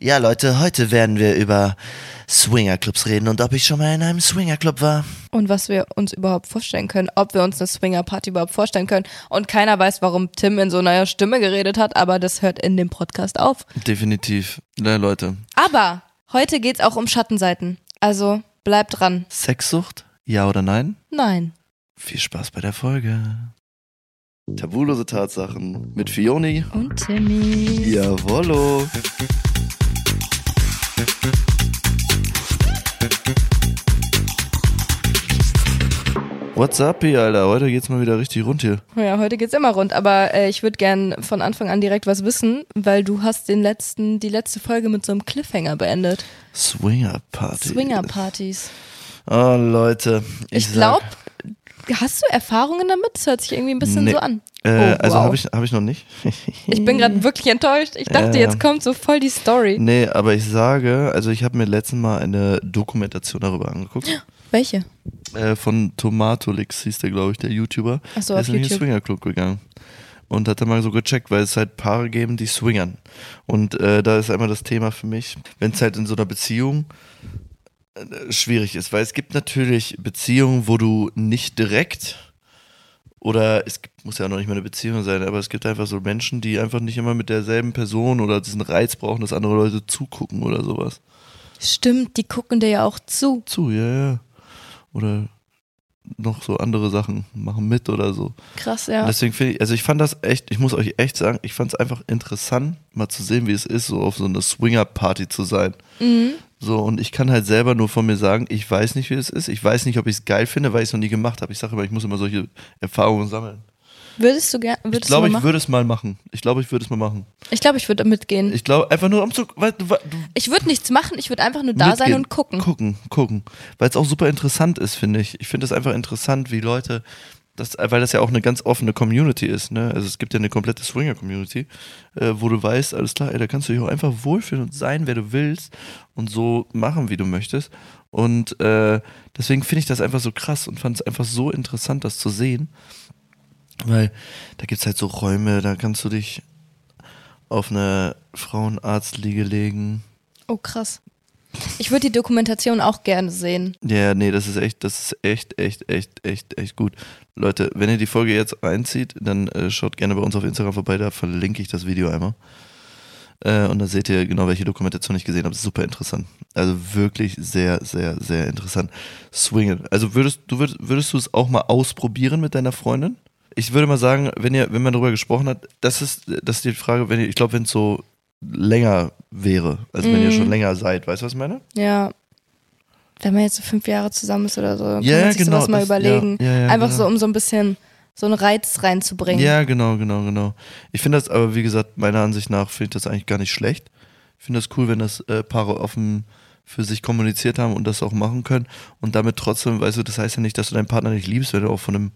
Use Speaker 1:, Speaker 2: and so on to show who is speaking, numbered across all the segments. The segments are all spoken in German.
Speaker 1: Ja, Leute, heute werden wir über Swingerclubs reden und ob ich schon mal in einem Swingerclub war.
Speaker 2: Und was wir uns überhaupt vorstellen können, ob wir uns eine Swingerparty überhaupt vorstellen können. Und keiner weiß, warum Tim in so einer Stimme geredet hat, aber das hört in dem Podcast auf.
Speaker 1: Definitiv. Ja, Leute.
Speaker 2: Aber heute geht's auch um Schattenseiten. Also bleibt dran.
Speaker 1: Sexsucht? Ja oder nein?
Speaker 2: Nein.
Speaker 1: Viel Spaß bei der Folge. Tabulose Tatsachen mit Fioni.
Speaker 2: Und Timmy.
Speaker 1: Jawollo. What's up, hier, Alter? Heute geht's mal wieder richtig rund hier.
Speaker 2: Ja, heute geht's immer rund, aber äh, ich würde gern von Anfang an direkt was wissen, weil du hast den letzten, die letzte Folge mit so einem Cliffhanger beendet.
Speaker 1: Swinger Party.
Speaker 2: Swingerpartys.
Speaker 1: Oh, Leute.
Speaker 2: Ich,
Speaker 1: sag-
Speaker 2: glaube, hast du Erfahrungen damit? Das hört sich irgendwie ein bisschen
Speaker 1: Nee.
Speaker 2: so an.
Speaker 1: Äh,
Speaker 2: Oh,
Speaker 1: also
Speaker 2: wow.
Speaker 1: habe ich, hab ich noch nicht.
Speaker 2: Ich bin gerade wirklich enttäuscht. Ich dachte,
Speaker 1: Mhm. Ja.
Speaker 2: jetzt kommt so voll die Story.
Speaker 1: Nee, aber ich sage, also ich habe mir letztes Mal eine Dokumentation darüber angeguckt.
Speaker 2: Welche?
Speaker 1: Äh, von Tomatolix hieß der, glaube ich, der YouTuber.
Speaker 2: Ach
Speaker 1: der
Speaker 2: so, auf
Speaker 1: ist nämlich in den
Speaker 2: YouTube.
Speaker 1: Swingerclub gegangen. Und hat dann mal so gecheckt, weil es halt Paare geben, die swingern. Und äh, da ist einmal das Thema für mich, wenn es halt in so einer Beziehung äh, schwierig ist. Weil es gibt natürlich Beziehungen, wo du nicht direkt oder es gibt, muss ja auch noch nicht mal eine Beziehung sein, aber es gibt einfach so Menschen, die einfach nicht immer mit derselben Person oder diesen Reiz brauchen, dass andere Leute zugucken oder sowas.
Speaker 2: Stimmt, die gucken dir ja auch zu.
Speaker 1: Zu, ja, ja. Oder noch so andere Sachen machen mit oder so.
Speaker 2: Krass, ja.
Speaker 1: Und Deswegen finde ich, also ich fand das echt, ich muss euch echt sagen, ich fand es einfach interessant, mal zu sehen, wie es ist, so auf so einer Swinger-Party zu sein.
Speaker 2: Mhm.
Speaker 1: So, und ich kann halt selber nur von mir sagen, ich weiß nicht, wie es ist. Ich weiß nicht, ob ich es geil finde, weil ich es noch nie gemacht habe. Ich sage immer, ich muss immer solche Erfahrungen sammeln.
Speaker 2: Würdest du gerne,
Speaker 1: ich
Speaker 2: würdest du
Speaker 1: glaube,
Speaker 2: mal
Speaker 1: ich
Speaker 2: machen?
Speaker 1: würde es mal machen. Ich glaube, ich würde es mal machen.
Speaker 2: Ich glaube, ich würde mitgehen. Ich,
Speaker 1: Ich glaube, einfach nur um zu. Weil, du- weil, du,
Speaker 2: würde nichts machen, ich würde einfach nur da sein
Speaker 1: mitgehen.
Speaker 2: und gucken.
Speaker 1: Gucken, gucken. Weil es auch super interessant ist, finde ich. Ich finde es einfach interessant, wie Leute, das, weil das ja auch eine ganz offene Community ist. Ne? Also es gibt ja eine komplette Swinger-Community, äh, wo du weißt, alles klar, ey, da kannst du dich auch einfach wohlfühlen und sein, wer du willst und so machen, wie du möchtest. Und äh, deswegen finde ich das einfach so krass und fand es einfach so interessant, das zu sehen. Weil da gibt es halt so Räume, da kannst du dich auf eine Frauenarztliege legen.
Speaker 2: Oh, krass. Ich würde die Dokumentation auch gerne sehen.
Speaker 1: Ja, nee, das ist echt, das ist echt, echt, echt, echt, echt gut. Leute, wenn ihr die Folge jetzt einzieht, dann äh, schaut gerne bei uns auf Instagram vorbei, da verlinke ich das Video einmal. Äh, und da seht ihr genau, welche Dokumentation ich gesehen habe. Super interessant. Also wirklich sehr, sehr, sehr interessant. Swingen. Also würdest du würdest, würdest du es auch mal ausprobieren mit deiner Freundin? Ich würde mal sagen, wenn ihr, wenn man darüber gesprochen hat, das ist, das ist die Frage, wenn ihr, ich glaube, wenn es so länger wäre, also wenn ihr
Speaker 2: Mhm.
Speaker 1: schon länger seid, weißt du, was ich meine?
Speaker 2: Ja. Wenn man jetzt so fünf Jahre zusammen ist oder so, dann
Speaker 1: Ja,
Speaker 2: kann
Speaker 1: ja,
Speaker 2: man sich sowas
Speaker 1: genau,
Speaker 2: mal
Speaker 1: das- ja,
Speaker 2: überlegen.
Speaker 1: ja, ja,
Speaker 2: einfach
Speaker 1: genau.
Speaker 2: so, um so ein bisschen so einen Reiz reinzubringen.
Speaker 1: Ja, genau, genau, genau. Ich finde das aber, wie gesagt, meiner Ansicht nach finde ich das eigentlich gar nicht schlecht. Ich finde das cool, wenn das äh, Paare offen für sich kommuniziert haben und das auch machen können. Und damit trotzdem, weißt du, das heißt ja nicht, dass du deinen Partner nicht liebst, wenn du auch von einem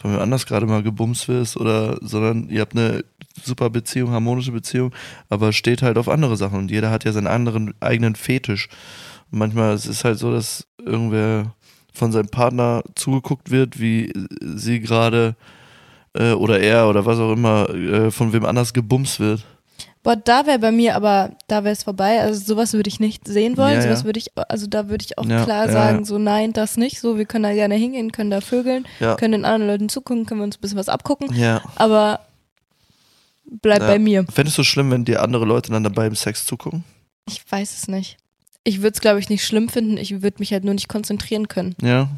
Speaker 1: von mir anders gerade mal gebumst wirst oder sondern ihr habt eine super Beziehung, harmonische Beziehung, aber steht halt auf andere Sachen und jeder hat ja seinen anderen eigenen Fetisch. Und manchmal ist es halt so, dass irgendwer von seinem Partner zugeguckt wird, wie äh, sie gerade äh, oder er oder was auch immer äh, von wem anders gebumst wird.
Speaker 2: Boah, da wäre bei mir aber, da wäre es vorbei. Also sowas würde ich nicht sehen wollen.
Speaker 1: Ja, ja.
Speaker 2: sowas würde ich, also da würde ich auch
Speaker 1: Ja,
Speaker 2: klar
Speaker 1: ja,
Speaker 2: sagen,
Speaker 1: ja.
Speaker 2: so nein, das nicht. So, wir können da gerne hingehen, können da vögeln,
Speaker 1: Ja.
Speaker 2: können den anderen Leuten zugucken, können wir uns ein bisschen was abgucken.
Speaker 1: Ja.
Speaker 2: Aber bleib
Speaker 1: Ja.
Speaker 2: bei mir.
Speaker 1: Fändest du schlimm, wenn dir andere Leute dann dabei im Sex zugucken?
Speaker 2: Ich weiß es nicht. Ich würde es, glaube ich, nicht schlimm finden. Ich würde mich halt nur nicht konzentrieren können.
Speaker 1: Ja.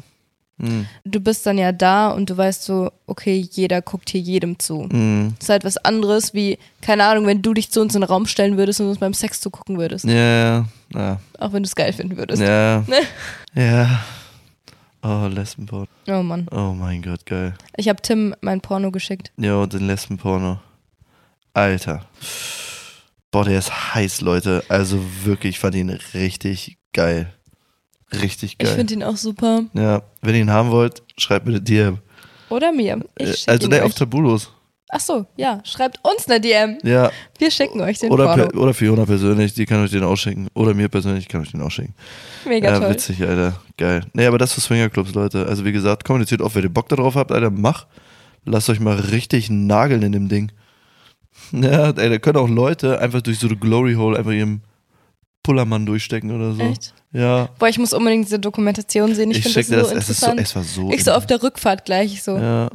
Speaker 1: Hm.
Speaker 2: Du bist dann ja da und du weißt so, okay, jeder guckt hier jedem zu.
Speaker 1: Hm.
Speaker 2: Das ist halt was anderes, wie, keine Ahnung, wenn du dich zu uns in den Raum stellen würdest und uns beim Sex zugucken würdest.
Speaker 1: Ja, ja, ja.
Speaker 2: Auch wenn du es geil finden würdest.
Speaker 1: Ja.
Speaker 2: Ne?
Speaker 1: Ja. Oh, Lesbenporno.
Speaker 2: Oh Mann.
Speaker 1: Oh mein Gott, geil.
Speaker 2: Ich habe Tim mein Porno geschickt.
Speaker 1: Ja, den Lesbenporno. Alter. Boah, der ist heiß, Leute. Also wirklich, ich fand ihn richtig geil. Richtig
Speaker 2: Ich
Speaker 1: geil.
Speaker 2: finde ihn auch super.
Speaker 1: Ja, wenn ihr ihn haben wollt, schreibt mir eine DM.
Speaker 2: Oder mir.
Speaker 1: Äh,
Speaker 2: Ich schick
Speaker 1: also,
Speaker 2: ihn
Speaker 1: ne,
Speaker 2: euch.
Speaker 1: auf Tabulos.
Speaker 2: Ach so, ja. Schreibt uns eine DM.
Speaker 1: Ja,
Speaker 2: Wir schicken euch den
Speaker 1: Oder,
Speaker 2: Porno.
Speaker 1: per, oder Fiona persönlich, die kann euch den auch schicken. Oder mir persönlich kann euch den auch schicken.
Speaker 2: Mega
Speaker 1: Ja,
Speaker 2: toll.
Speaker 1: witzig, Alter. Geil. Nee, aber das für Swingerclubs, Leute. Also wie gesagt, kommuniziert oft, wenn ihr Bock darauf habt, Alter, mach. Lasst euch mal richtig nageln in dem Ding. Ja, ey, da können auch Leute einfach durch so eine Glory Hole einfach ihrem Pullermann durchstecken oder so.
Speaker 2: Echt?
Speaker 1: Ja.
Speaker 2: Boah, ich muss unbedingt diese Dokumentation sehen. Ich,
Speaker 1: Ich,
Speaker 2: finde das
Speaker 1: checkte
Speaker 2: so
Speaker 1: das, es, ist so,
Speaker 2: interessant.
Speaker 1: es war so.
Speaker 2: ich so auf der Rückfahrt gleich ich so.
Speaker 1: ja.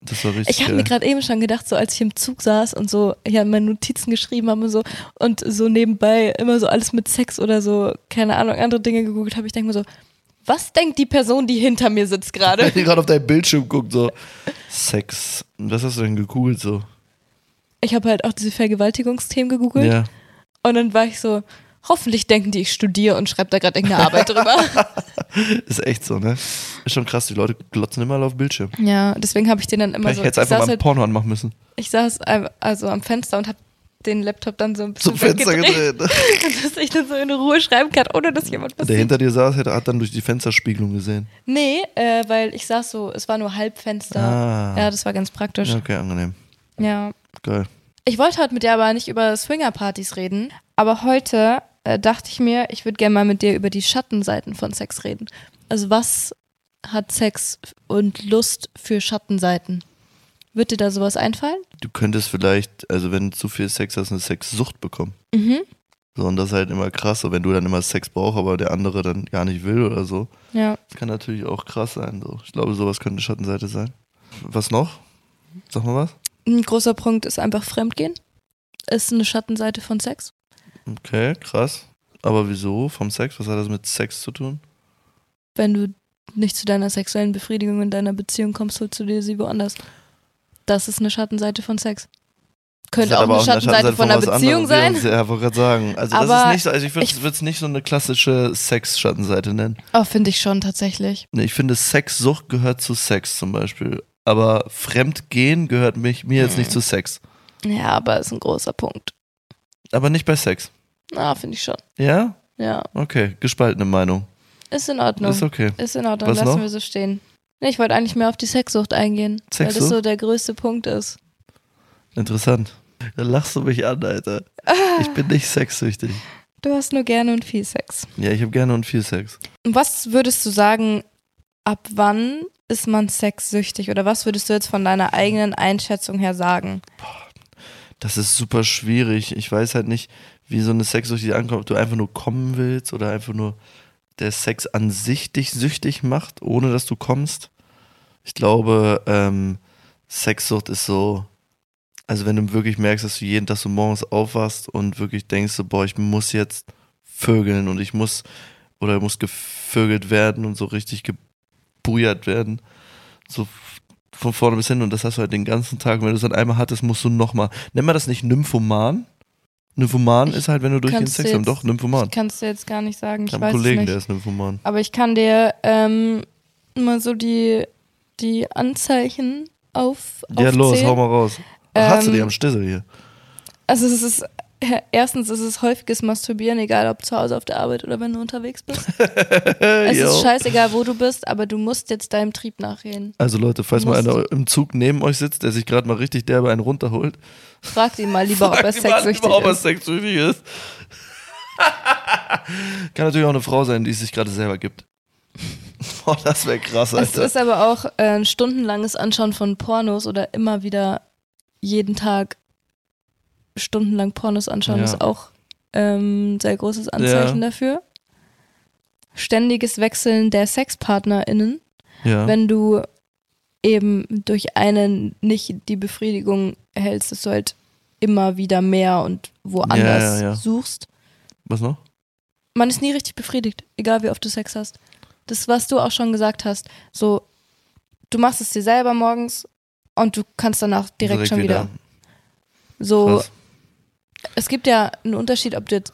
Speaker 1: Das war richtig.
Speaker 2: Ich habe mir
Speaker 1: geil.
Speaker 2: gerade eben schon gedacht, so als ich im Zug saß und so ja meine Notizen geschrieben habe und so und so nebenbei immer so alles mit Sex oder so, keine Ahnung, andere Dinge gegoogelt habe, ich denke mir so, was denkt die Person, die hinter mir sitzt gerade?
Speaker 1: Wenn ihr gerade auf deinen Bildschirm guckt, so. Sex. Was hast du denn gegoogelt so?
Speaker 2: Ich habe halt auch diese Vergewaltigungsthemen gegoogelt
Speaker 1: Ja.
Speaker 2: und dann war ich so, hoffentlich denken die, ich studiere und schreibe da gerade irgendeine Arbeit drüber.
Speaker 1: Ist echt so, ne? Ist schon krass, die Leute glotzen immer alle auf Bildschirm.
Speaker 2: Ja, deswegen habe ich den dann immer
Speaker 1: Vielleicht
Speaker 2: so.
Speaker 1: hätte es
Speaker 2: Ich
Speaker 1: einfach
Speaker 2: saß,
Speaker 1: mal ein
Speaker 2: halt,
Speaker 1: Porno anmachen müssen.
Speaker 2: ich saß ein- also am Fenster und habe den Laptop dann so ein bisschen
Speaker 1: Zum Fenster gedreht.
Speaker 2: weggedreht, dass ich dann so in Ruhe schreiben kann, ohne dass jemand was
Speaker 1: Der hinter dir saß, hätte- hat dann durch die Fensterspiegelung gesehen.
Speaker 2: Nee, äh, weil ich saß so, es war nur Halbfenster.
Speaker 1: Ah.
Speaker 2: Ja, das war ganz praktisch.
Speaker 1: Ja,
Speaker 2: Ja.
Speaker 1: okay, angenehm. Geil.
Speaker 2: Ich wollte heute mit dir aber nicht über Swingerpartys reden, aber heute äh, dachte ich mir, ich würde gerne mal mit dir über die Schattenseiten von Sex reden. Also was hat Sex und Lust für Schattenseiten? Wird dir da sowas einfallen?
Speaker 1: Du könntest vielleicht, also wenn du zu viel Sex hast, eine Sexsucht bekommen.
Speaker 2: Mhm.
Speaker 1: So, und das ist halt immer krass. So, wenn du dann immer Sex brauchst, aber der andere dann gar nicht will oder so.
Speaker 2: Ja.
Speaker 1: Das kann natürlich auch krass sein. So. Ich glaube, sowas könnte eine Schattenseite sein. Was noch? Sag mal was.
Speaker 2: Ein großer Punkt ist einfach Fremdgehen. Ist eine Schattenseite von Sex.
Speaker 1: Okay, krass. Aber wieso? Vom Sex? Was hat das mit Sex zu tun?
Speaker 2: wenn du nicht zu deiner sexuellen Befriedigung in deiner Beziehung kommst, holst du dir sie woanders. Das ist eine Schattenseite von Sex.
Speaker 1: Das
Speaker 2: Könnte
Speaker 1: hat
Speaker 2: auch
Speaker 1: aber
Speaker 2: eine Schattenseite, von einer
Speaker 1: was
Speaker 2: Beziehung
Speaker 1: anderem.
Speaker 2: sein.
Speaker 1: Ja, wollte gerade sagen. Also, das
Speaker 2: Aber
Speaker 1: ist nicht so, also ich
Speaker 2: ich-
Speaker 1: würde es nicht so eine klassische Sex-Schattenseite nennen.
Speaker 2: Oh, finde ich schon tatsächlich.
Speaker 1: Nee, ich finde, Sexsucht gehört zu Sex zum Beispiel. Aber Fremdgehen gehört mich, mir jetzt
Speaker 2: Hm.
Speaker 1: nicht zu Sex.
Speaker 2: Ja, aber ist ein großer Punkt.
Speaker 1: Aber nicht bei Sex.
Speaker 2: Ah, finde ich schon.
Speaker 1: Ja?
Speaker 2: Ja,
Speaker 1: Okay, gespaltene Meinung.
Speaker 2: ist in Ordnung.
Speaker 1: Ist
Speaker 2: Ist,
Speaker 1: okay.
Speaker 2: in Ordnung,
Speaker 1: Was
Speaker 2: lassen
Speaker 1: noch?
Speaker 2: wir so stehen. Nee, ich wollte eigentlich mehr auf die Sexsucht eingehen, weil das
Speaker 1: Sexsucht?
Speaker 2: so der größte Punkt ist.
Speaker 1: Interessant. Da lachst du mich an, Alter. Ich bin nicht sexsüchtig.
Speaker 2: Du hast nur gerne und viel Sex.
Speaker 1: Ja, ich habe gerne und viel Sex.
Speaker 2: Was würdest du sagen, ab wann ist man sexsüchtig? Oder was würdest du jetzt von deiner eigenen Einschätzung her sagen?
Speaker 1: Das ist super schwierig. Ich weiß halt nicht, wie so eine Sexsucht die ankommt, ob du einfach nur kommen willst oder einfach nur der Sex an sich dich süchtig macht, ohne dass du kommst. Ich glaube, ähm, Sexsucht ist so, also wenn du wirklich merkst, dass du jeden Tag so morgens aufwachst und wirklich denkst so, boah, ich muss jetzt vögeln und ich muss oder ich muss gevögelt werden und so richtig gebujert werden. So f- von vorne bis hin und das hast du halt den ganzen Tag. Und wenn du es dann einmal hattest, musst du nochmal. Nenn mal das nicht Nymphoman. Nymphoman
Speaker 2: Ich
Speaker 1: ist halt, wenn du durch den
Speaker 2: kann's
Speaker 1: Sex hast.
Speaker 2: jetzt-
Speaker 1: Doch, Nymphoman.
Speaker 2: Ich kann es dir jetzt gar nicht sagen. Ich
Speaker 1: Ich habe
Speaker 2: weiß
Speaker 1: einen Kollegen,
Speaker 2: es
Speaker 1: der
Speaker 2: nicht.
Speaker 1: ist Nymphoman.
Speaker 2: Aber ich kann dir ähm, mal so die, die Anzeichen auf,
Speaker 1: Ja, los,
Speaker 2: aufzählen.
Speaker 1: hau mal raus. Ach, hast du
Speaker 2: Ähm,
Speaker 1: die am Stissel hier?
Speaker 2: Also es ist erstens ist es häufiges Masturbieren, egal ob zu Hause auf der Arbeit oder wenn du unterwegs bist. es
Speaker 1: Jo.
Speaker 2: ist scheißegal, wo du bist, aber du musst jetzt deinem Trieb nachgehen.
Speaker 1: Also Leute, falls mal
Speaker 2: Musst-
Speaker 1: einer im Zug neben euch sitzt, der sich gerade mal richtig derbe einen runterholt,
Speaker 2: Frag ihn mal lieber, ob er
Speaker 1: fragt ihn mal,
Speaker 2: sexsüchtig
Speaker 1: ob er
Speaker 2: ist.
Speaker 1: sexsüchtig ist. Kann natürlich auch eine Frau sein, die es sich gerade selber gibt. Boah, das wäre krass,
Speaker 2: Es
Speaker 1: Alter.
Speaker 2: ist aber auch äh, ein stundenlanges Anschauen von Pornos oder immer wieder jeden Tag stundenlang Pornos anschauen
Speaker 1: Ja.
Speaker 2: ist auch ähm, ein sehr großes Anzeichen dafür. Ständiges Wechseln der SexpartnerInnen,
Speaker 1: ja.
Speaker 2: wenn du eben durch einen nicht die Befriedigung erhältst, dass du halt immer wieder mehr und woanders
Speaker 1: Ja, ja, ja.
Speaker 2: suchst.
Speaker 1: Was noch?
Speaker 2: Man ist nie richtig befriedigt, egal wie oft du Sex hast. Das, was du auch schon gesagt hast, so, du machst es dir selber morgens und du kannst danach direkt, schon wieder. So,
Speaker 1: Krass.
Speaker 2: es gibt ja einen Unterschied, ob du jetzt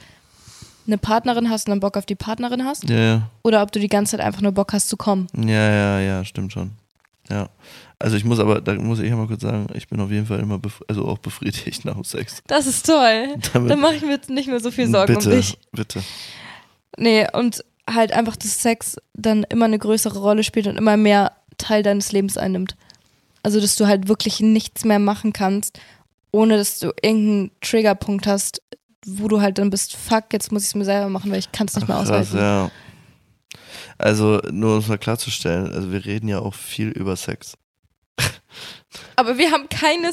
Speaker 2: eine Partnerin hast und dann Bock auf die Partnerin hast
Speaker 1: Ja, ja.
Speaker 2: oder ob du die ganze Zeit einfach nur Bock hast zu kommen.
Speaker 1: Ja, ja, ja, stimmt schon. Ja. Also ich muss aber, da muss ich ja mal kurz sagen, ich bin auf jeden Fall immer, bef also auch befriedigt nach dem Sex.
Speaker 2: Das ist toll.
Speaker 1: Damit-
Speaker 2: Dann mache ich mir jetzt nicht mehr so viel Sorgen
Speaker 1: bitte,
Speaker 2: um dich.
Speaker 1: Bitte.
Speaker 2: Nee, und halt einfach, dass Sex dann immer eine größere Rolle spielt und immer mehr Teil deines Lebens einnimmt. Also, dass du halt wirklich nichts mehr machen kannst, ohne dass du irgendeinen Triggerpunkt hast, wo du halt dann bist, fuck, jetzt muss ich es mir selber machen, weil ich kann es nicht mehr
Speaker 1: Ach,
Speaker 2: aushalten.
Speaker 1: ja. Also, nur um es mal klarzustellen, also wir reden ja auch viel über Sex.
Speaker 2: Aber wir haben keine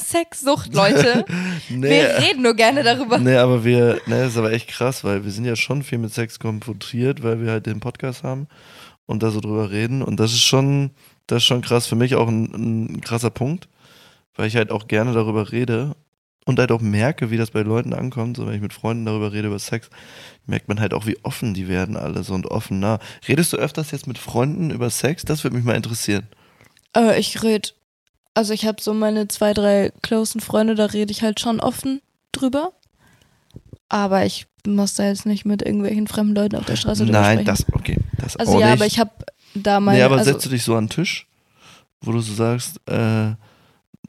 Speaker 2: Sexsucht, Leute.
Speaker 1: Nee,
Speaker 2: Wir reden nur gerne darüber.
Speaker 1: nee aber wir, ne, ist aber echt krass, weil wir sind ja schon viel mit Sex konfrontiert, weil wir halt den Podcast haben und da so drüber reden. Und das ist schon, das ist schon krass für mich auch ein, ein krasser Punkt, weil ich halt auch gerne darüber rede und halt auch merke, wie das bei Leuten ankommt. So, wenn ich mit Freunden darüber rede, über Sex, merkt man halt auch, wie offen die werden alle so und offener. Redest du öfters jetzt mit Freunden über Sex? Das würde mich mal interessieren.
Speaker 2: Äh, ich rede, also ich habe so meine zwei, drei closen Freunde, da rede ich halt schon offen drüber. Aber ich muss da jetzt nicht mit irgendwelchen fremden Leuten auf der Straße drüber
Speaker 1: Nein,
Speaker 2: sprechen.
Speaker 1: das, okay, das
Speaker 2: also
Speaker 1: auch
Speaker 2: ja,
Speaker 1: nicht.
Speaker 2: aber ich habe da meine,
Speaker 1: nee, aber
Speaker 2: also,
Speaker 1: setzt du dich so an den Tisch, wo du so sagst, äh,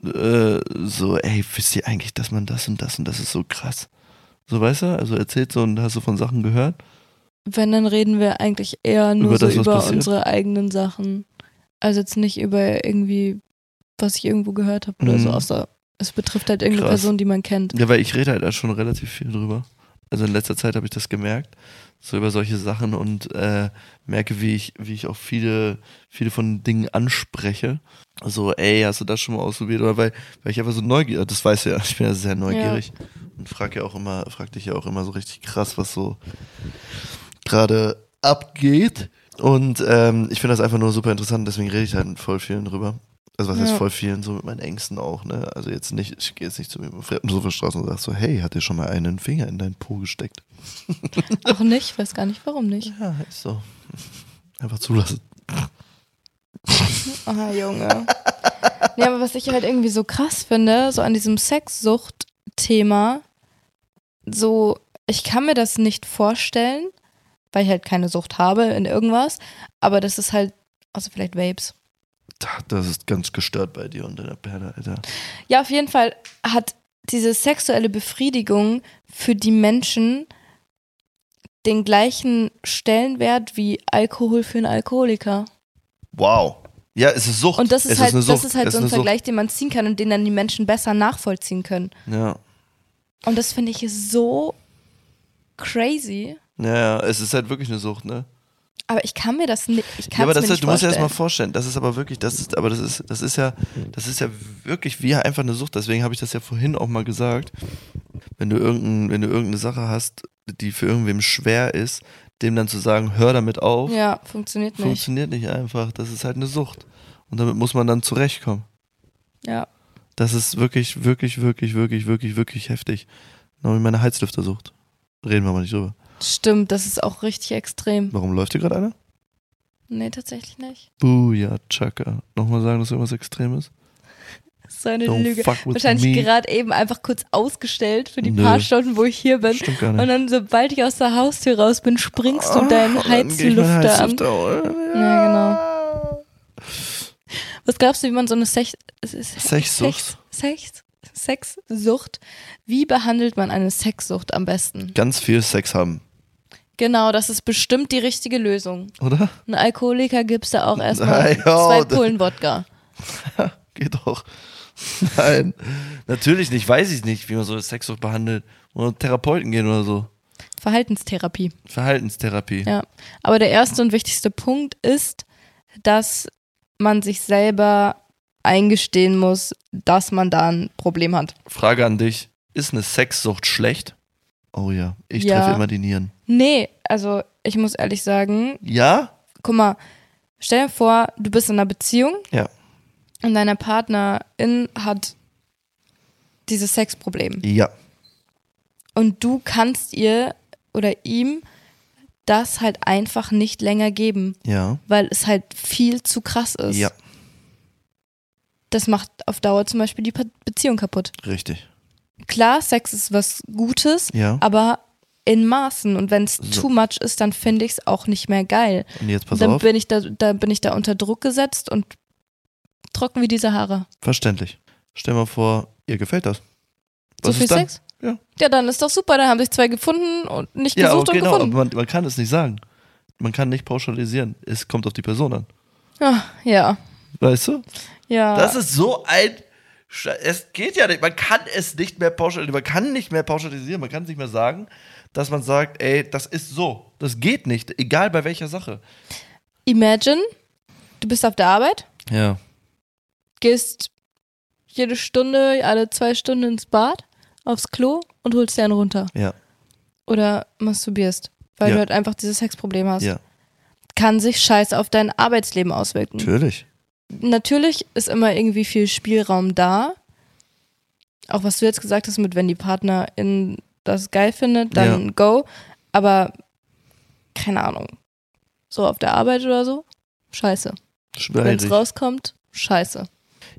Speaker 1: äh, so, ey, wisst ihr eigentlich, dass man das und das und das ist so krass. So, weißt du, also erzählt so und hast du von Sachen gehört?
Speaker 2: wenn, dann reden wir eigentlich eher nur
Speaker 1: Über
Speaker 2: so
Speaker 1: das, was
Speaker 2: über
Speaker 1: passiert?
Speaker 2: unsere eigenen Sachen. Also jetzt nicht über irgendwie, was ich irgendwo gehört habe oder
Speaker 1: Mhm.
Speaker 2: so, außer es betrifft halt irgendeine
Speaker 1: Krass.
Speaker 2: Person, die man kennt.
Speaker 1: Ja, weil ich rede halt da schon relativ viel drüber. Also in letzter Zeit habe ich das gemerkt, so über solche Sachen und äh, merke, wie ich, wie ich auch viele, viele von Dingen anspreche. So, ey, hast du das schon mal ausprobiert? Oder weil, weil ich einfach so neugierig, das weißt du ja, ich bin ja sehr neugierig und frage ja auch immer, frag dich ja auch immer so richtig krass, was so gerade abgeht. Und ähm, ich finde das einfach nur super interessant, deswegen rede ich halt mit voll vielen drüber. Also was
Speaker 2: Ja.
Speaker 1: heißt voll vielen, so mit meinen Ängsten auch, ne? Also jetzt nicht, ich gehe jetzt nicht zu mir auf so der Straße und sag so, hey, hat dir schon mal einen Finger in deinen Po gesteckt?
Speaker 2: Auch nicht, ich weiß gar nicht, warum nicht.
Speaker 1: Ja, ist so. Einfach zulassen.
Speaker 2: Ah, Junge. nee, aber was ich halt irgendwie so krass finde, so an diesem Sexsucht-Thema, so, ich kann mir das nicht vorstellen, weil ich halt keine Sucht habe in irgendwas, aber das ist halt, außer vielleicht Vapes.
Speaker 1: Da- Das ist ganz gestört bei dir und deiner Perle, Alter.
Speaker 2: Ja, auf jeden Fall hat diese sexuelle Befriedigung für die Menschen den gleichen Stellenwert wie Alkohol für einen Alkoholiker.
Speaker 1: Wow. Ja, es ist Sucht.
Speaker 2: Und das ist,
Speaker 1: es
Speaker 2: halt,
Speaker 1: eine Sucht.
Speaker 2: das ist halt
Speaker 1: es
Speaker 2: so ein
Speaker 1: eine Sucht.
Speaker 2: Vergleich, den man ziehen kann und den dann die Menschen besser nachvollziehen können.
Speaker 1: Ja.
Speaker 2: Und das finde ich so crazy.
Speaker 1: ja, ja, es ist halt wirklich eine Sucht, ne?
Speaker 2: Aber ich kann mir das nicht. Ich
Speaker 1: Ja,
Speaker 2: kann
Speaker 1: aber
Speaker 2: mir
Speaker 1: das
Speaker 2: nicht
Speaker 1: du musst dir
Speaker 2: vorstellen.
Speaker 1: erstmal vorstellen, das ist aber wirklich, das ist, aber das ist, das ist ja, das ist ja wirklich wie einfach eine Sucht, deswegen habe ich das ja vorhin auch mal gesagt. Wenn du irgendein, wenn du irgendeine Sache hast, die für irgendwem schwer ist, dem dann zu sagen, hör damit auf,
Speaker 2: ja, funktioniert nicht.
Speaker 1: funktioniert nicht einfach. Das ist halt eine Sucht. Und damit muss man dann zurechtkommen.
Speaker 2: Ja.
Speaker 1: Das ist wirklich, wirklich, wirklich, wirklich, wirklich, wirklich heftig. Genau wie meine Heizlüftersucht. Reden wir mal nicht drüber.
Speaker 2: Stimmt, das ist auch richtig extrem.
Speaker 1: Warum läuft hier gerade einer?
Speaker 2: Nee, tatsächlich nicht.
Speaker 1: Booyah, Chaka. Nochmal sagen, dass irgendwas extrem ist?
Speaker 2: Das ist eine
Speaker 1: Don't
Speaker 2: Lüge.
Speaker 1: fuck with
Speaker 2: Wahrscheinlich
Speaker 1: me.
Speaker 2: gerade eben einfach kurz ausgestellt für die
Speaker 1: Nö.
Speaker 2: paar Stunden, wo ich hier bin.
Speaker 1: Stimmt gar nicht. Ah,
Speaker 2: Und dann, sobald ich aus der Haustür raus bin, springst du deinen Heizlüfter an. Ja,
Speaker 1: genau.
Speaker 2: Was glaubst du, wie man so eine Sech Sex
Speaker 1: Sexsucht.
Speaker 2: Sex Sex Sexsucht, wie behandelt man eine Sexsucht am besten?
Speaker 1: Ganz viel Sex haben,
Speaker 2: Genau, das ist bestimmt die richtige Lösung.
Speaker 1: oder?
Speaker 2: Ein Alkoholiker gibst du auch
Speaker 1: Na
Speaker 2: erstmal
Speaker 1: ja, oh,
Speaker 2: zwei
Speaker 1: das-
Speaker 2: Pullen Wodka.
Speaker 1: Geht doch. Nein, natürlich nicht. Weiß ich nicht, wie man so eine Sexsucht behandelt. Oder Therapeuten gehen oder so.
Speaker 2: Verhaltenstherapie.
Speaker 1: Verhaltenstherapie.
Speaker 2: Ja, aber der erste und wichtigste Punkt ist, dass man sich selber eingestehen muss, dass man da ein Problem hat.
Speaker 1: Frage an dich: Ist eine Sexsucht schlecht? Oh ja, ich
Speaker 2: Ja.
Speaker 1: treffe immer die Nieren.
Speaker 2: Nee, also ich muss ehrlich sagen,
Speaker 1: Ja?
Speaker 2: guck mal, stell dir vor, du bist in einer Beziehung
Speaker 1: Ja.
Speaker 2: und deine Partnerin hat dieses Sexproblem
Speaker 1: Ja.
Speaker 2: und du kannst ihr oder ihm das halt einfach nicht länger geben,
Speaker 1: Ja.
Speaker 2: weil es halt viel zu krass ist.
Speaker 1: Ja,
Speaker 2: Das macht auf Dauer zum Beispiel die Pa- Beziehung kaputt.
Speaker 1: richtig.
Speaker 2: klar, Sex ist was Gutes,
Speaker 1: Ja.
Speaker 2: aber in Maßen. Und wenn es
Speaker 1: So.
Speaker 2: too much ist, dann finde ich es auch nicht mehr geil.
Speaker 1: Und jetzt pass
Speaker 2: Ah, dann
Speaker 1: auf.
Speaker 2: bin ich da, da bin ich da unter Druck gesetzt und trocken wie die Sahara.
Speaker 1: Verständlich. Stell mal vor, ihr gefällt das. Was
Speaker 2: so viel
Speaker 1: ist dann?
Speaker 2: Sex?
Speaker 1: Ja.
Speaker 2: ja, dann ist doch super. Dann haben sich zwei gefunden und nicht
Speaker 1: Ja,
Speaker 2: gesucht
Speaker 1: aber genau,
Speaker 2: und
Speaker 1: aber man,
Speaker 2: gefunden.
Speaker 1: man kann es nicht sagen. Man kann nicht pauschalisieren. Es kommt auf die Person an.
Speaker 2: Ah, ja,
Speaker 1: Weißt du?
Speaker 2: ja.
Speaker 1: Das ist so ein. Sche- Es geht ja nicht. Man kann es nicht mehr pauschalisieren. Man kann nicht mehr pauschalisieren. Man kann es nicht mehr sagen, dass man sagt, ey, das ist so. Das geht nicht. Egal bei welcher Sache.
Speaker 2: Imagine, du bist auf der Arbeit,
Speaker 1: Ja.
Speaker 2: gehst jede Stunde, alle zwei Stunden ins Bad, aufs Klo und holst dir einen runter.
Speaker 1: Ja,
Speaker 2: Oder masturbierst, weil
Speaker 1: Ja.
Speaker 2: du halt einfach dieses Sexproblem hast.
Speaker 1: ja,
Speaker 2: Kann sich scheiße auf dein Arbeitsleben auswirken.
Speaker 1: natürlich.
Speaker 2: Natürlich ist immer irgendwie viel Spielraum da. Auch was du jetzt gesagt hast mit, wenn die Partnerin das geil findet, dann go. Aber keine Ahnung. So auf der Arbeit oder so, scheiße. Wenn es
Speaker 1: Schwierig.
Speaker 2: rauskommt, scheiße.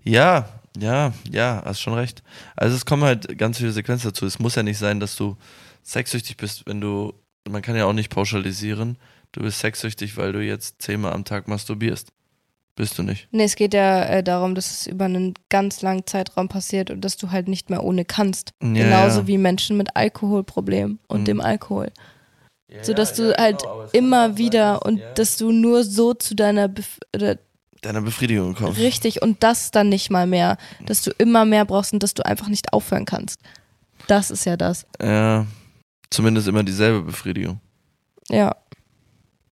Speaker 1: Ja, ja, ja, hast schon recht. Also es kommen halt ganz viele Sequenzen dazu. Es muss ja nicht sein, dass du sexsüchtig bist, wenn du, man kann ja auch nicht pauschalisieren, du bist sexsüchtig, weil du jetzt zehnmal am Tag masturbierst. Bist du nicht.
Speaker 2: Nee, es geht ja äh, darum, dass es über einen ganz langen Zeitraum passiert und dass du halt nicht mehr ohne kannst.
Speaker 1: Ja,
Speaker 2: Genauso
Speaker 1: ja.
Speaker 2: wie Menschen mit Alkoholproblemen und
Speaker 1: Mhm.
Speaker 2: dem Alkohol. Sodass du halt
Speaker 1: genau,
Speaker 2: immer wieder und dass du nur so zu deiner Bef oder
Speaker 1: Deiner Befriedigung kommst.
Speaker 2: Richtig, und das dann nicht mal mehr, dass du immer mehr brauchst und dass du einfach nicht aufhören kannst. Das ist ja das.
Speaker 1: Ja, zumindest immer dieselbe Befriedigung.
Speaker 2: Ja.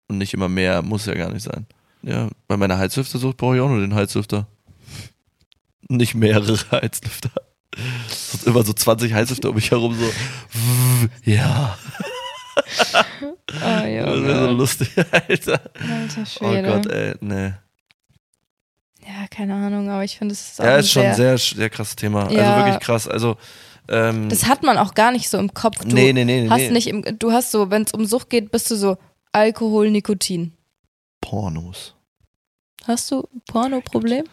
Speaker 1: Und nicht immer mehr, muss ja gar nicht sein. Ja, bei meiner Heizlüftersucht brauche ich auch nur den Heizlüfter. Nicht mehrere Heizlüfter. Sonst immer so 20 Heizlüfter um mich herum, so. Ja,
Speaker 2: Oh,
Speaker 1: das wäre so
Speaker 2: Junge.
Speaker 1: lustig, Alter.
Speaker 2: Alter
Speaker 1: Oh
Speaker 2: Schwede.
Speaker 1: Gott, ey, nee.
Speaker 2: Ja, keine Ahnung, aber ich finde, es ist auch
Speaker 1: Ja,
Speaker 2: ein
Speaker 1: ist schon ein
Speaker 2: sehr,
Speaker 1: sehr, sehr krasses Thema.
Speaker 2: Ja.
Speaker 1: Also wirklich krass. Also, ähm,
Speaker 2: Das hat man auch gar nicht so im Kopf. Du
Speaker 1: nee, nee, nee, nee.
Speaker 2: hast
Speaker 1: nee.
Speaker 2: nicht im, du hast so, wenn es um Sucht geht, bist du so Alkohol, Nikotin.
Speaker 1: Pornos.
Speaker 2: Hast du Porno-Problem?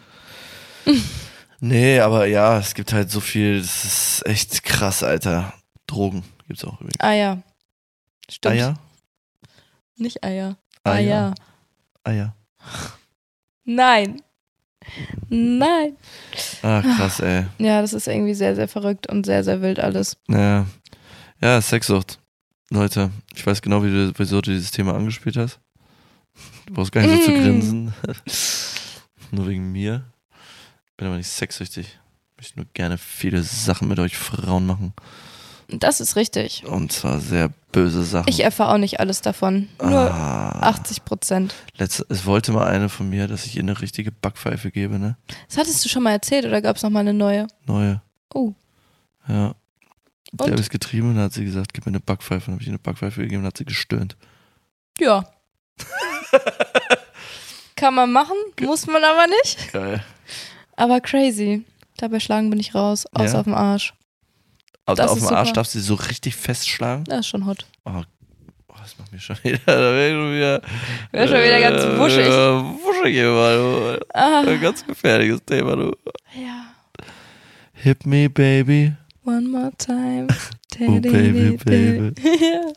Speaker 1: Nee, aber ja, es gibt halt so viel, das ist echt krass, Alter. Drogen gibt's auch übrigens.
Speaker 2: Ah ja. Stimmt.
Speaker 1: Eier?
Speaker 2: Nicht Eier. Eier.
Speaker 1: Eier.
Speaker 2: Nein. Nein.
Speaker 1: Ah, krass, ey.
Speaker 2: Ja, das ist irgendwie sehr, sehr verrückt und sehr, sehr wild alles.
Speaker 1: Ja. ja, Sexsucht. Leute, ich weiß genau, wie du, wieso du dieses Thema angespielt hast. Du brauchst gar nicht so zu
Speaker 2: Mm.
Speaker 1: grinsen. nur wegen mir. Bin aber nicht sexsüchtig. Möchte nur gerne viele Sachen mit euch Frauen machen.
Speaker 2: Das ist richtig.
Speaker 1: Und zwar sehr böse Sachen.
Speaker 2: Ich erfahre auch nicht alles davon. Nur
Speaker 1: ah,
Speaker 2: 80 Prozent.
Speaker 1: letzte, es wollte mal eine von mir, dass ich ihr eine richtige Backpfeife gebe, ne?
Speaker 2: Das hattest du schon mal erzählt oder gab es nochmal eine neue?
Speaker 1: Neue.
Speaker 2: Oh.
Speaker 1: Ja. Der
Speaker 2: Und?
Speaker 1: habe ich getrieben und dann hat sie gesagt, gib mir eine Backpfeife. Und habe ich ihr eine Backpfeife gegeben und hat sie gestöhnt.
Speaker 2: Ja. Kann man machen, muss man aber nicht.
Speaker 1: Geil.
Speaker 2: Aber crazy. Dabei schlagen bin ich raus, außer
Speaker 1: Ja.
Speaker 2: auf dem Arsch.
Speaker 1: Auf,
Speaker 2: Das
Speaker 1: auf
Speaker 2: ist
Speaker 1: dem Arsch
Speaker 2: super.
Speaker 1: darfst du sie so richtig festschlagen.
Speaker 2: Das ist schon hot.
Speaker 1: Oh, das macht mir schon wieder. Da wär ich schon wieder,
Speaker 2: Wär schon wieder ganz wuschig.
Speaker 1: Äh, wuschig immer,
Speaker 2: Ah,
Speaker 1: du. Ein ganz gefährliches Thema, du.
Speaker 2: ja.
Speaker 1: Hit me, baby.
Speaker 2: One more time.
Speaker 1: Oh, baby, baby.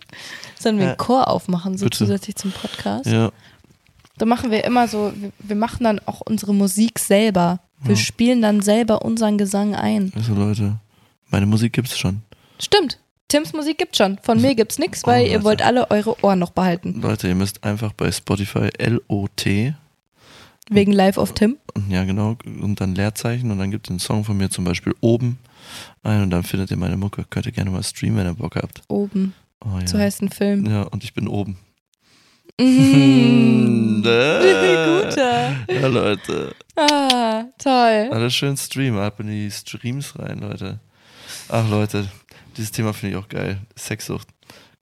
Speaker 2: Sollen wir einen Chor aufmachen, so
Speaker 1: Bitte.
Speaker 2: zusätzlich zum Podcast?
Speaker 1: Ja.
Speaker 2: Da machen wir immer so, wir, wir machen dann auch unsere Musik selber. Wir
Speaker 1: Ja.
Speaker 2: spielen dann selber unseren Gesang ein.
Speaker 1: Also, Leute, meine Musik gibt's schon.
Speaker 2: Stimmt. Tims Musik gibt's schon. Von mir gibt's nix, weil
Speaker 1: Oh,
Speaker 2: ihr
Speaker 1: Leute.
Speaker 2: wollt alle eure Ohren noch behalten.
Speaker 1: Leute, ihr müsst einfach bei Spotify LOT,
Speaker 2: Wegen Live of Tim.
Speaker 1: ja genau, und dann Leerzeichen und dann gibt den Song von mir zum Beispiel oben ein und dann findet ihr meine Mucke. Könnt ihr gerne mal streamen, wenn ihr Bock habt.
Speaker 2: Oben.
Speaker 1: Oh, ja.
Speaker 2: So heißt ein Film.
Speaker 1: Ja, und ich bin oben.
Speaker 2: Mhm.
Speaker 1: Äh.
Speaker 2: Guter.
Speaker 1: Ja, Leute.
Speaker 2: Ah, toll.
Speaker 1: Alles schön streamen. Ab in die Streams rein, Leute. Ach, Leute. Dieses Thema finde ich auch geil. Sexsucht.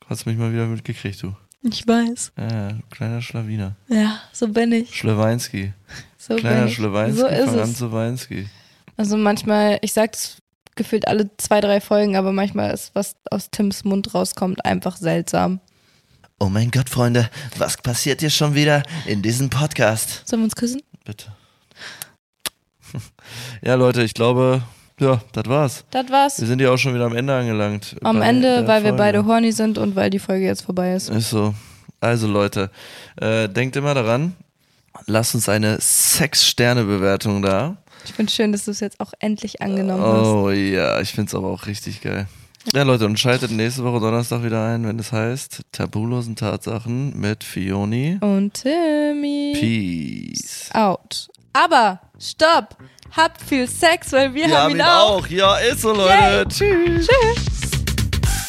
Speaker 1: Hast mich mal wieder mitgekriegt, du.
Speaker 2: Ich weiß.
Speaker 1: Ja, du kleiner Schlawiner.
Speaker 2: Ja, so bin ich.
Speaker 1: Schleweinski.
Speaker 2: So
Speaker 1: Kleiner
Speaker 2: bin ich.
Speaker 1: Schleweinski.
Speaker 2: So ist
Speaker 1: fang an
Speaker 2: es.
Speaker 1: zu Weinski.
Speaker 2: Also manchmal, ich sag's gefühlt alle zwei, drei Folgen, aber manchmal ist was aus Tims Mund rauskommt einfach seltsam.
Speaker 1: Oh mein Gott, Freunde. Was passiert hier schon wieder in diesem Podcast?
Speaker 2: Sollen wir uns küssen?
Speaker 1: Bitte. Ja, Leute, ich glaube, ja, das war's.
Speaker 2: Das war's.
Speaker 1: Wir sind ja auch schon wieder am Ende angelangt.
Speaker 2: Am
Speaker 1: Bei
Speaker 2: Ende,
Speaker 1: der
Speaker 2: weil wir
Speaker 1: Folge.
Speaker 2: beide horny sind und weil die Folge jetzt vorbei ist.
Speaker 1: Ist so. Also Leute, äh, denkt immer daran, lasst uns eine Sechs-Sterne-Bewertung da.
Speaker 2: Ich finde schön, dass du es jetzt auch endlich angenommen hast.
Speaker 1: Oh ja, ich find's aber auch richtig geil. Ja Leute, und schaltet nächste Woche Donnerstag wieder ein, wenn es heißt Tabulosen Tatsachen mit Fioni.
Speaker 2: Und Timmy
Speaker 1: Peace.
Speaker 2: out. Aber stopp! Habt viel Sex, weil wir, haben ihn auch.
Speaker 1: Ja, ist so, Leute.
Speaker 2: Yay.
Speaker 1: Tschüss.
Speaker 2: Tschüss.